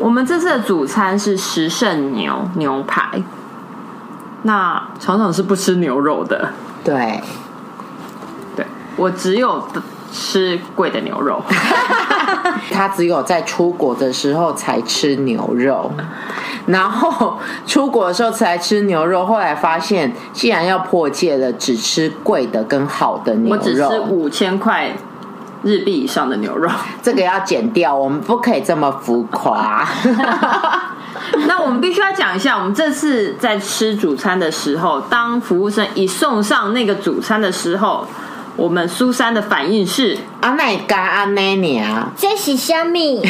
我们这次的主餐是食胜牛牛排。那厂长是不吃牛肉的，对，对我只有吃贵的牛 肉。他只有在出国的时候才吃牛肉，然后出国的时候才吃牛肉，后来发现既然要破戒了，只吃贵的跟好的牛我只吃肉，五千块日币以上的牛肉。 这个要减掉，我们不可以这么浮夸。 那我们必须要讲一下，我们这次在吃主餐的时候，当服务生一送上那个主餐的时候，我们苏珊的反应是，阿奶啊干阿奶你啊，这是虾米？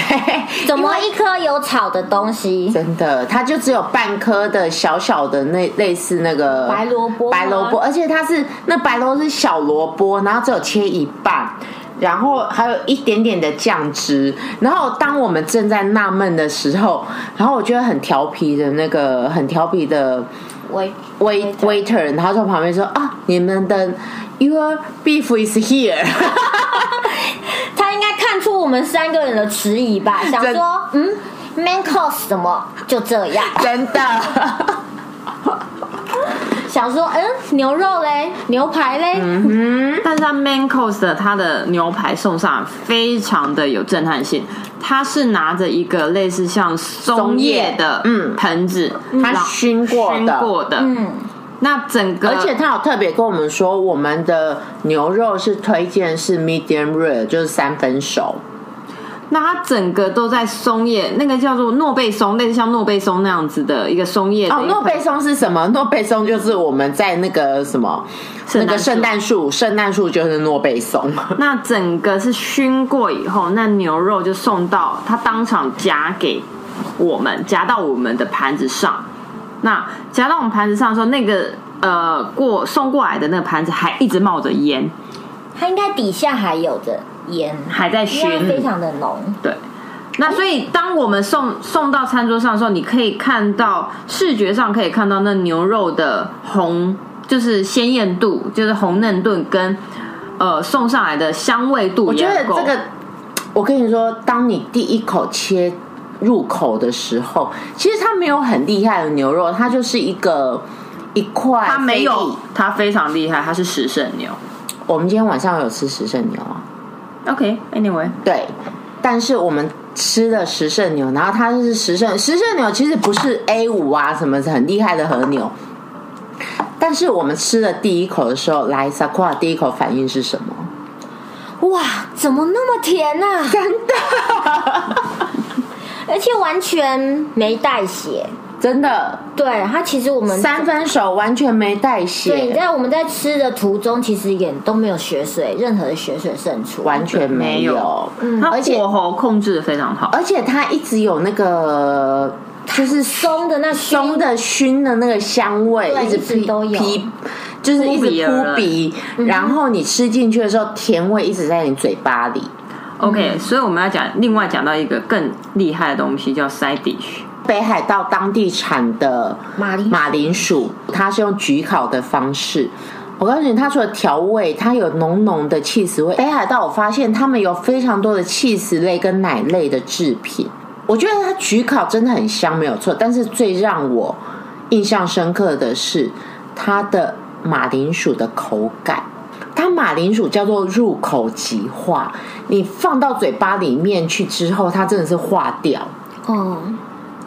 怎么一颗有草的东西？真的，它就只有半颗的小小的那类似那个白萝卜吗白萝卜，而且它是那白萝卜是小萝卜，然后只有切一半。然后还有一点点的酱汁，然后当我们正在纳闷的时候，然后我觉得很调皮的那个很调皮的喂 wait waiter，然后从旁边说啊，你们的 your beef is here， 他应该看出我们三个人的迟疑吧？想真说，嗯，man cos 怎么就这样？真 的。想说，嗯，牛肉嘞，牛排嘞，但是它 main course 的它的牛排送上来非常的有震撼性，它是拿着一个类似像松叶的松叶嗯盆子，它然后熏过的熏过的，嗯，那整个而且他有特别跟我们说，我们的牛肉是推荐是 medium rare，就是三分熟。那它整个都在松叶，那个叫做诺贝松，类似像诺贝松那样子的一个松叶的哦，一个诺贝松是什么？诺贝松就是我们在那个什么圣那诞个圣诞树，圣诞树就是诺 贝松。那整个是熏过以后，那牛肉就送到他当场夹给我们，夹到我们的盘子上。那夹到我们盘子上的时候，那个呃过送过来的那个盘子还一直冒着烟，它应该底下还有着盐，还在因为它非熏。常的浓。对，那所以当我们送送到餐桌上的时候，你可以看到视觉上可以看到那牛肉的红，就是鲜艳度，就是红嫩度跟呃送上来的香味度我也觉得很够。这个，我跟你说，当你第一口切入口的时候，其实它没有很厉害的牛肉，它就是一个一块。它没有，，它非常厉害，它是食胜牛。我们今天晚上有吃食胜牛啊。 OK，Anyway，、对，但是我们吃的食胜牛，然后它是食胜食胜牛，其实不是 A 五啊什么很厉害的和牛，但是我们吃的第一口的时候，来 Sakura 第一口反应是什么？哇，怎么那么甜呐、啊？真的，而且完全没带血。真的对，它其实我们三分熟，完全没带对，你血，在我们在吃的途中，其实也都没有血水，任何的血水渗出。完全没没有有。嗯它嗯而且火候控制的非常好。而且它一直有那个就是松的那熏松，的熏的那个香味，对直一直皮都有皮，就是一扑鼻直而扑鼻，嗯然后你吃进去的时候，甜味一直在你嘴巴里。 OK，、所以嗯我们要讲另外讲到一个更厉害的东西，叫 side dish。北海道当地产的马铃薯马铃薯，它是用焗烤的方式。我告诉你，它除了调味，它有浓浓的 cheese 味。北海道我发现他们有非常多的 cheese 类跟奶类的制品，我觉得它焗烤真的很香，没有错。但是最让我印象深刻的是它的马铃薯的口感。它马铃薯叫做入口即化，你放到嘴巴里面去之后，它真的是化掉。哦。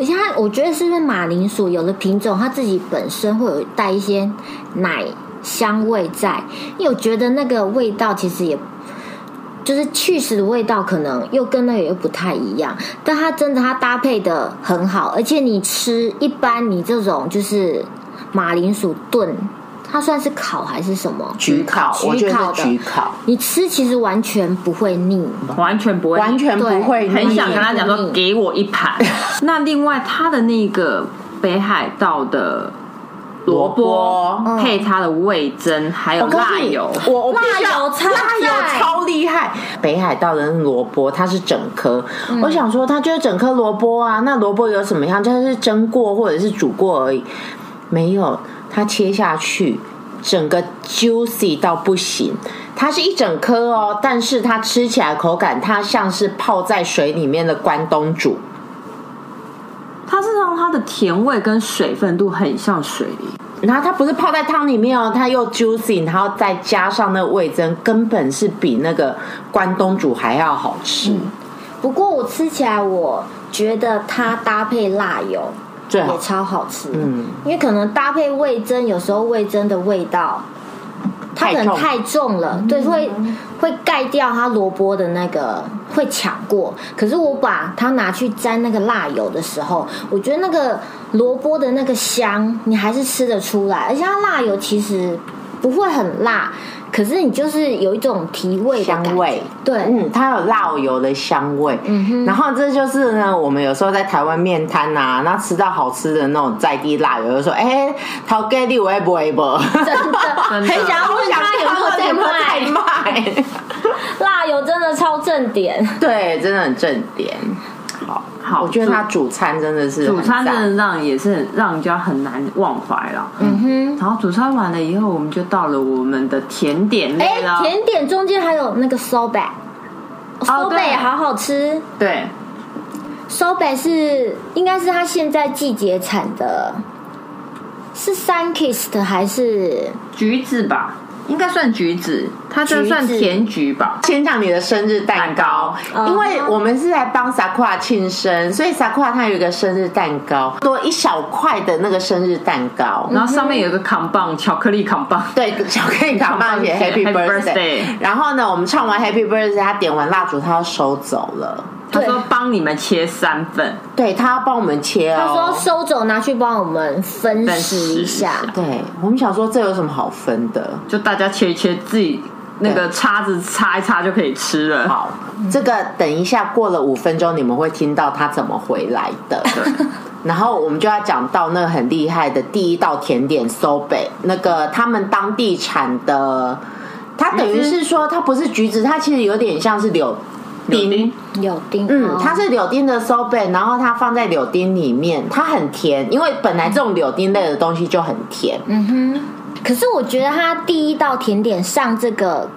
而且它，我觉得是不是马铃薯有的品种，它自己本身会有带一些奶香味在，因为我觉得那个味道其实也，就是去死的味道，可能又跟那个又不太一样。但它真的它搭配的很好，而且你吃一般你这种就是马铃薯炖，它算是烤还是什么？焗烤，我觉焗得烤是的焗烤，你吃其实完全不会腻，完全不会，完全不嗯会腻对很想跟他讲说腻给我一盘。 那另外它的那个北海道的萝萝嗯卜卜配它的味噌，还有我告诉辣你油，我我必须辣要油超辣油赞超厉害。北海道的萝卜它是整颗，嗯我想说它就是整颗萝卜啊。那萝卜有什么样？就是蒸过或者是煮过而已，没有它切下去，整个 juicy 到不行。它是一整颗哦，但是它吃起来口感，它像是泡在水里面的关东煮。肉它的甜味跟水分度很像水梨，然后它不是泡在汤里面哦，它又 juicy，然后再加上那个味增，根本是比那个关东煮还要好吃，不过我吃起来，我觉得它搭配辣油最也好。超好吃。嗯，因为可能搭配味增，有时候味增的味道它可太嗯能太重了，对，会会盖掉它萝卜的那个会抢过。可是我把它拿去沾那个辣油的时候，我觉得那个萝卜的那个香，你还是吃得出来，而且它辣油其实不会很辣，可是你就是有一种提味的感觉香味，对，嗯，它有辣油的香味，嗯哼然后这就是呢，我们有时候在台湾面摊啊，那吃到好吃的那种在地辣油，就说，哎、陶给你喂不喂不？真的真很的想要问他有没有在有没有在卖卖？辣油，真的超正点。对，真的很正点。好，好我觉得它主餐真的是主餐很赞真的让也是很让人家很难忘怀了。嗯哼。然后主餐完了以后，我们就到了我们的甜点哎类，了。甜点中间还有那个 soba，哦 soba 对啊也好好吃。对， soba 是应该是它现在季节产的，是 sun kiss 的还是？橘子吧，应该算橘子，它这算橘子甜橘吧。先讲你的生日蛋糕，蛋糕因为我们是来帮 Sakura 庆生，所以 Sakura 她有一个生日蛋糕，多一小块的那个生日蛋糕。然后上面有一个扛棒，巧克力扛棒。对，巧克力扛棒写 Happy Happy Birthday Birthday。然后呢，我们唱完 Happy Birthday，他点完蜡烛，他要收走了。他对说帮你们切三份，对他要帮我们切他说哦。收走拿去帮我们分分食食啊一一下。下对我们想说这有什么好分的？就大家切一切，自己那个叉子擦一擦就可以吃了。好， 这个等一下过了五分钟，你们会听到他怎么回来的。 然后我们就要讲到那个很厉害的第一道甜点 sobe，那个他们当地产的，它等于橘子是说它不是橘子，它其实有点像是柳柳丁有丁，嗯，哦它是柳丁的 sobe，然后它放在柳丁里面，它很甜，因为本来这种柳丁类的东西就很甜。嗯哼，可是我觉得它第一道甜点上这个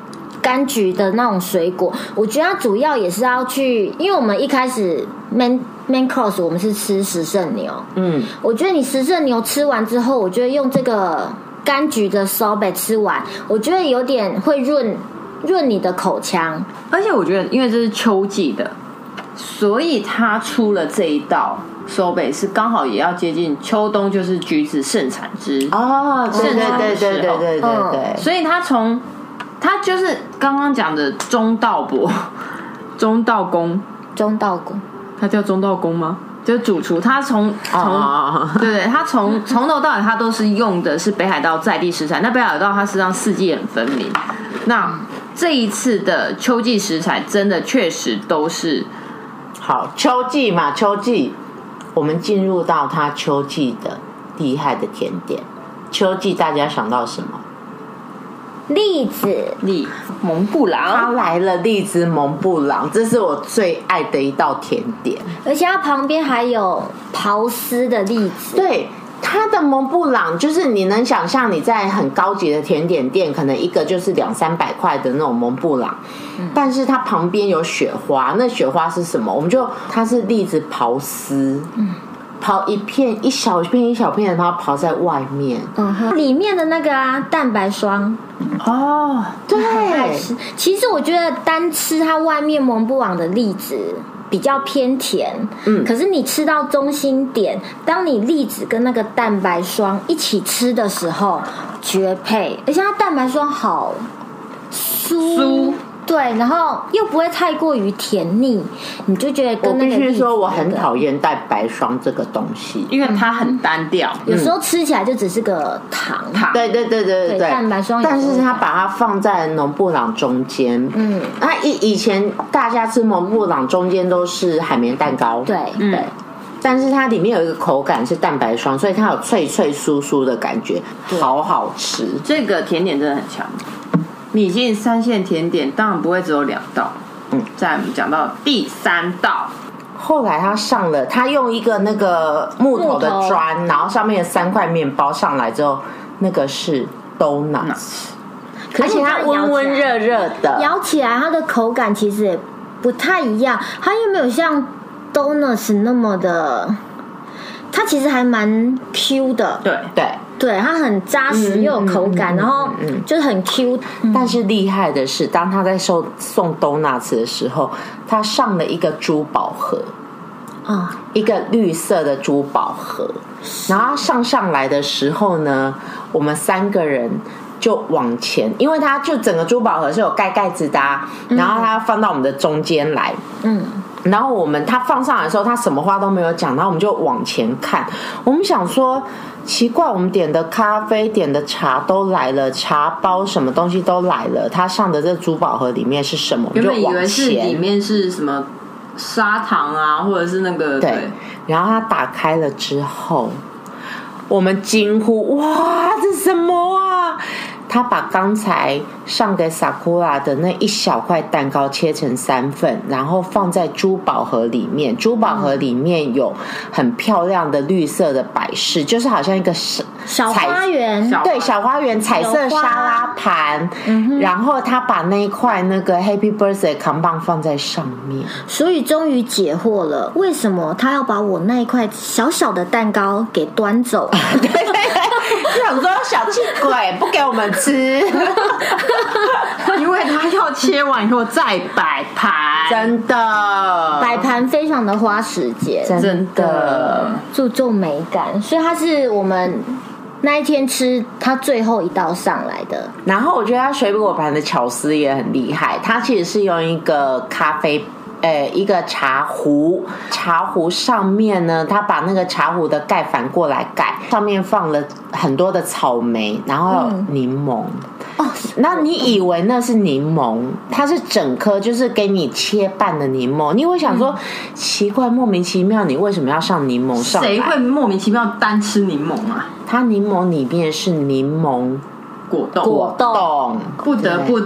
柑橘的那种水果，我觉得它主要也是要去，因为我们一开始 man man cross 我们是吃食胜牛，嗯，我觉得你食胜牛吃完之后，我觉得用这个柑橘的 sorbet 吃完，我觉得有点会润润你的口腔，而且我觉得，因为这是秋季的，所以它出了这一道收北是刚好也要接近秋冬，就是橘子盛产之，哦，对是对它对对对对对嗯对，所以它从它就是刚刚讲的中道伯、 中道公，中道果。他叫中道公吗？就是主厨，他从嗯从。哦，对 对，他从从头到尾他都是用的是北海道在地食材。那北海道它实际上四季很分明，那这一次的秋季食材真的确实都是好，秋季嘛，秋季，我们进入到它秋季的厉害的甜点。秋季大家想到什么？栗子，栗蒙布它朗，来了栗子蒙布朗，这是我最爱的一道甜点。而且它旁边还有刨丝的栗子，对，它的蒙布朗就是你能想象你在很高级的甜点店，可能一个就是两三百块的那种蒙布朗，但是它旁边有雪花，那雪花是什么？我们就它是栗子刨丝，嗯，刨一片一小片一小片的，然后刨在外面。嗯哼，里面的那个啊蛋白霜，哦，对，爱吃。其实我觉得单吃它外面蒙布朗的栗子比较偏甜，嗯，可是你吃到中心点，当你栗子跟那个蛋白霜一起吃的时候，绝配。而且它蛋白霜好酥，酥对，然后又不会太过于甜腻，你就觉得我跟那必个栗须子说，我很那个讨厌蛋白霜这个东西。因为它很单调，有时候吃起来就只是个糖，嗯糖嗯对对对对对蛋白霜也但是是它把它放在农布朗中间，嗯，那以以前大家吃蒙布朗中间都是海绵蛋糕，对，嗯，但是它里面有一个口感是蛋白霜，所以它有脆脆酥酥的感觉，好好吃。这个甜点真的很强。米其林三线甜点当然不会只有两道，嗯嗯，在我们讲到第三道，后来它上了，它用一个那个木头的木头砖，然后上面有三块面包上来之后，那个是 donuts，可而是且你它看咬温起温来热热的，咬起来它的口感其实也不太一样，它又没有像 donuts 那么的它其实还蛮 Q 的，对，对，嗯对，它很扎实又有口感，然后就是很 Q，但是厉害的是，当他在送送 donuts 的时候，他上了一个珠宝盒，啊，一个绿色的珠宝盒。然后上上来的时候呢，我们三个人就往前，因为它就整个珠宝盒是有盖盖子的、啊，然后它放到我们的中间来。嗯，然后我们他放上来的时候，他什么话都没有讲，然后我们就往前看。我们想说，奇怪，我们点的咖啡、点的茶都来了，茶包什么东西都来了，他上的这珠宝盒里面是什么？我原们就本以为往是里前。面是什么砂糖啊，或者是那个对，然后他打开了之后，我们惊呼：“哇，这什么啊！”他把刚才上给萨库拉的那一小块蛋糕切成三份，然后放在珠宝盒里面。珠宝盒里面有很漂亮的绿色的摆饰，就是好像一个是小彩花园，小嗯对，小花园彩色沙拉盘，嗯然后他把那一块那个 Happy Birthday 扛棒放在上面。所以终于解惑了，为什么他要把我那一块小小的蛋糕给 端走？对对对，就想说小气鬼不给我们吃， 因为它要切完以后再摆盘，真的，摆盘非常的花时间，真的，注重美感，所以它是我们那一天吃它最后一道上来的。然后我觉得它水果盘的巧思也很厉害，它其实是用一个咖啡。呃，一个茶壶，茶壶上面呢，它把那个茶壶的盖反过来盖，上面放了很多的草莓，然后还有嗯柠檬。哦，那你以为那是柠檬，它是整颗，就是给你切半的柠檬。你会想说，奇怪，莫名其妙，你为什么要上柠檬上来？谁会莫名其妙单吃柠檬啊？它柠檬里面是柠檬果冻，啊果冻，不得不，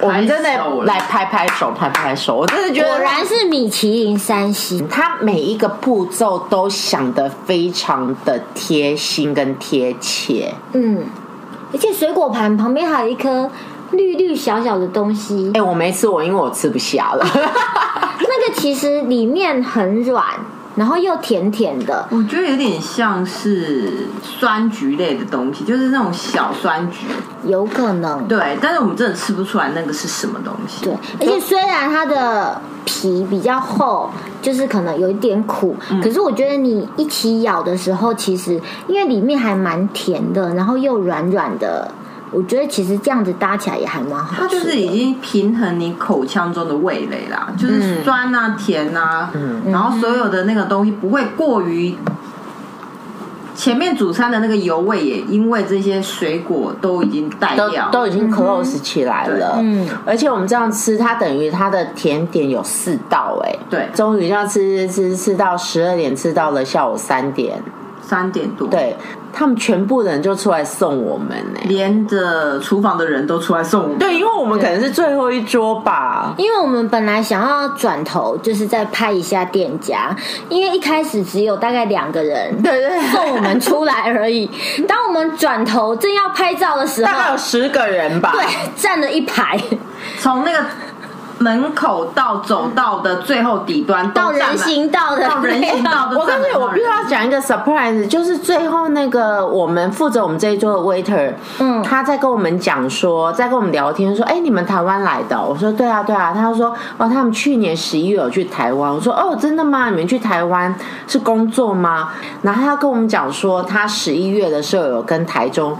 我们真的拍手了来拍拍手，拍拍手，我真的觉得果然是米其林三星，他每一个步骤都想得非常的贴心跟贴切。嗯，而且水果盘旁边还有一颗绿绿小小的东西哎、，我没吃我，因为我吃不下了。那个其实里面很软，然后又甜甜的，我觉得有点像是酸橘类的东西，就是那种小酸橘，有可能对，但是我们真的吃不出来那个是什么东西，对，而且虽然它的皮比较厚，就是可能有一点苦，可是我觉得你一起咬的时候，其实因为里面还蛮甜的，然后又软软的，我觉得其实这样子搭起来也还蛮好吃它的。就是已经平衡你口腔中的味蕾啦，嗯就是酸啊、甜啊，然后所有的那个东西不会过于。前面主餐的那个油味也因为这些水果都已经带都掉，都已经 close 起来了，嗯，而且我们这样吃，它等于它的甜点有四道、哎，对终于这样吃吃吃吃到十二点，吃到了下午三点，三点多，，对他们全部人就出来送我们、哎，连着厨房的人都出来送我们，对，因为我们可能是最后一桌吧，因为我们本来想要转头，就是再拍一下店家，因为一开始只有大概两个人对对对送我们出来而已。当我们转头正要拍照的时大概候有，十个人吧，对，站了一排。从那个门口到走到的最后底端到人行。行道的到人行道的我跟你站满讲，我必须要讲一个 surprise，就是最后那个我们负责我们这一桌的 waiter，嗯他在跟我们讲说，在跟我们聊天说，哎、你们台湾来的哦、我说对啊对啊，他说哦，他们去年十一月有去台湾，我说哦，真的吗？你们去台湾是工作吗？然后他跟我们讲说，他十一月的时候有跟台中。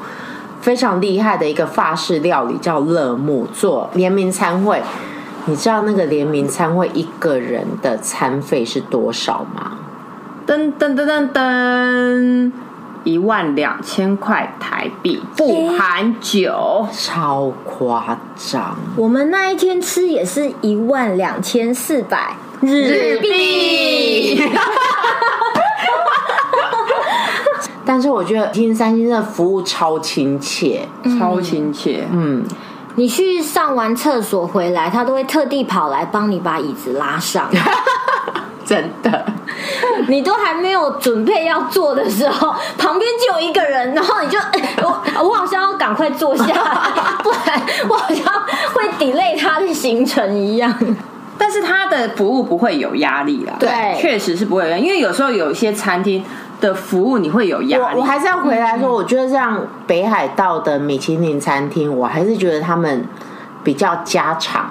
非常厉害的一个法式料理叫乐木做联名餐会，你知道那个联名餐会一个人的餐费是多少吗？噔噔噔噔噔，一万两千块台币，不含酒。超夸张，我们那一天吃也是一万两千四百日币，但是我觉得金三星的服务超亲切，超亲切，嗯，你去上完厕所回来，他都会特地跑来帮你把椅子拉上。 真的，你都还没有准备要坐的时候，旁边就有一个人，然后你就、 哎我我好像要赶快坐下来，不然我好像会 delay 他的行程一样。但是他的服务不会有压力啦。对确实是不会有压力，因为有时候有一些餐厅的服务，你会有压我力我。还是要回来说，我觉得像北海道的米其林餐厅，我还是觉得他们比较家常，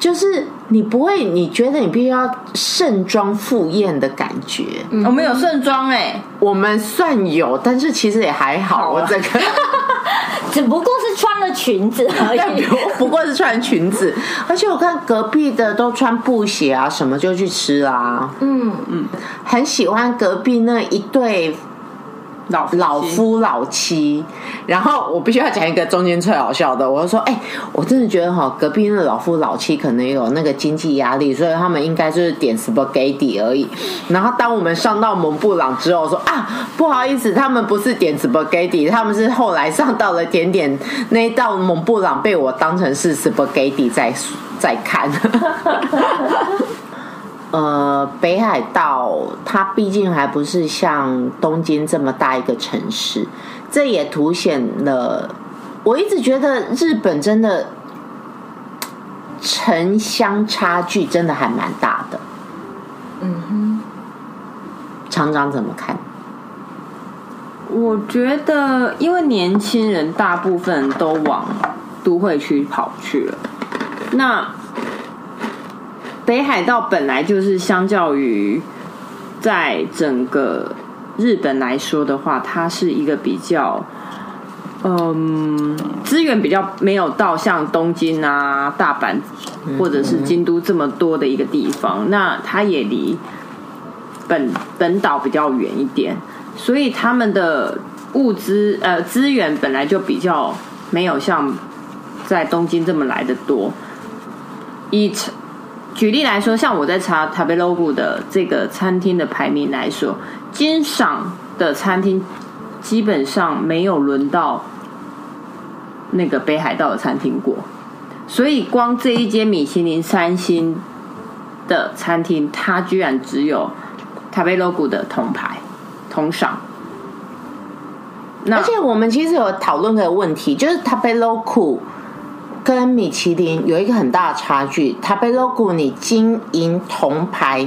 就是你不会，你觉得你必须要盛装赴宴的感觉。我们有盛装哎，嗯我们算有，但是其实也还好。啊我整 个只不过是穿了裙子 而但已。不过是穿裙子，而且我看隔壁的都穿布鞋啊，什么就去吃啊啦、嗯，很喜欢隔壁那一对老老夫老妻，然后我必须要讲一个中间最好笑的，我就说，哎、我真的觉得哈，隔壁那老夫老妻可能有那个经济压力，所以他们应该就是点 spaghetti 而已。然后当我们上到蒙布朗之后，说啊，不好意思，他们不是点 spaghetti，他们是后来上到了甜点那一道蒙布朗被我当成是 spaghetti 在在 看。呃，北海道它毕竟还不是像东京这么大一个城市，这也凸显了我一直觉得日本真的城乡差距真的还蛮大的。嗯哼，厂长怎么看？我觉得，因为年轻人大部分都往都会区跑去了，那北海道本来就是相较于在整个日本来说的话，它是一个比较。嗯，资源比较没有到像东京啊、大阪或者是京都这么多的一个地方，那它也离本本岛比较远一点，所以他们的物资呃资源本来就比较没有像在东京这么来的多。以查举例来说，像我在查 t a b e l o g u 的这个餐厅的排名来说，金赏的餐厅基本上没有轮到那个北海道的餐厅过，所以光这一间米其林三星的餐厅，它居然只有塔贝罗谷的铜牌铜赏。那而且我们其实有讨论个问题，就是 t a b e l o k u 跟米其林有一个很大的差距。t a b e l o k u 你经营铜牌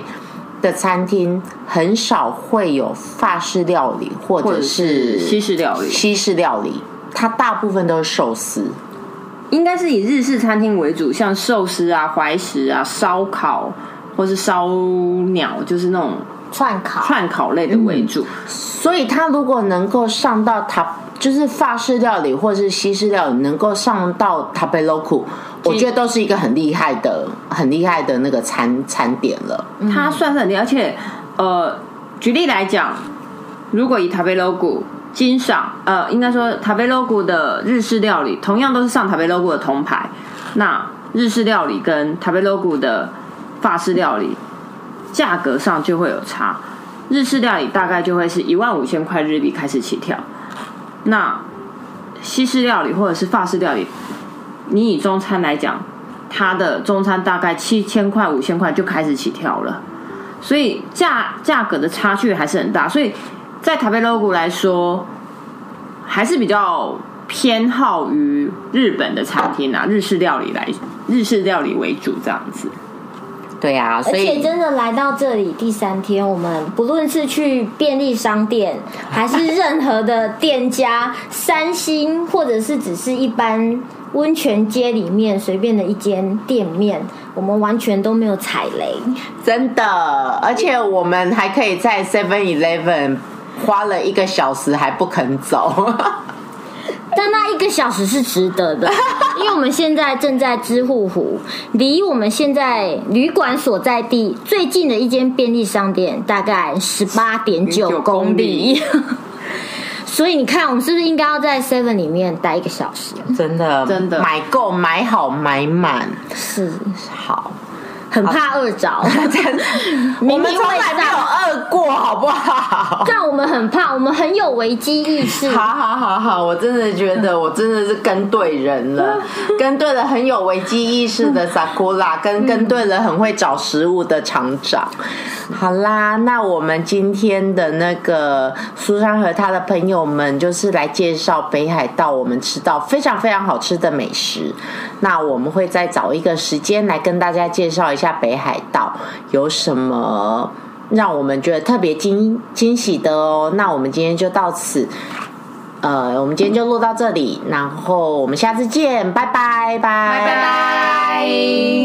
的餐厅，很少会有法式料理或或者者是是西式料理西式料理，它大部分都是寿司。应该是以日式餐厅为主，像寿司啊、怀石啊、烧烤或是烧鸟，就是那种串烤，串烤类的为主。所以它如果能够上到塔，就是法式料理或是西式料理，能够上到 t a b e l o k u 我觉得都是一个很厉害的、很厉害的那个餐餐点了。它算是很厉害，而且呃，举例来讲，如果以塔贝 logo 金赏，呃，应该说塔贝 logo 的日式料理，同样都是上塔贝 logo 的铜牌，那日式料理跟塔贝 logo 的法式料理价格上就会有差。日式料理大概就会是一万五千块日币开始起跳，那西式料理或者是法式料理，你以中餐来讲，它的中餐大概七千块、五千块就开始起跳了，所以价价格的差距还是很大。所以在台北 logo 来说，还是比较偏好于日本的餐厅啊，日式料理来，日式料理为主这样子。对啊，而所以且真的来到这里第三天，我们不论是去便利商店，还是任何的店家，三星或者是只是一般温泉街里面随便的一间店面，我们完全都没有踩雷。真的，而且我们还可以在 Seven Eleven 花了一个小时还不肯走，但那一个小时是值得 的，因为我们现在正在知户湖，离我们现在旅馆所在地最近的一间便利商店大概十八点九公里。 所以你看，我们是不是应该要在 Seven 里面待一个小时？真的真的买够买好买满，是好，很怕饿着， 我明们明从会来没有上，饿过，好不好？但我们很怕，我们很有危机意识。好好好好，我真的觉得我真的是跟对人了，跟对了很有危机意识的 Sakura，跟跟对了很会找食物的厂长。好啦，那我们今天的那个苏珊和她的朋友们，就是来介绍北海道我们吃到非常非常好吃的美食。那我们会再找一个时间来跟大家介绍一下北海道有什么让我们觉得特别惊惊喜的哦。那我们今天就到此，呃，我们今天就录到这里，然后我们下次见，拜拜，拜拜拜。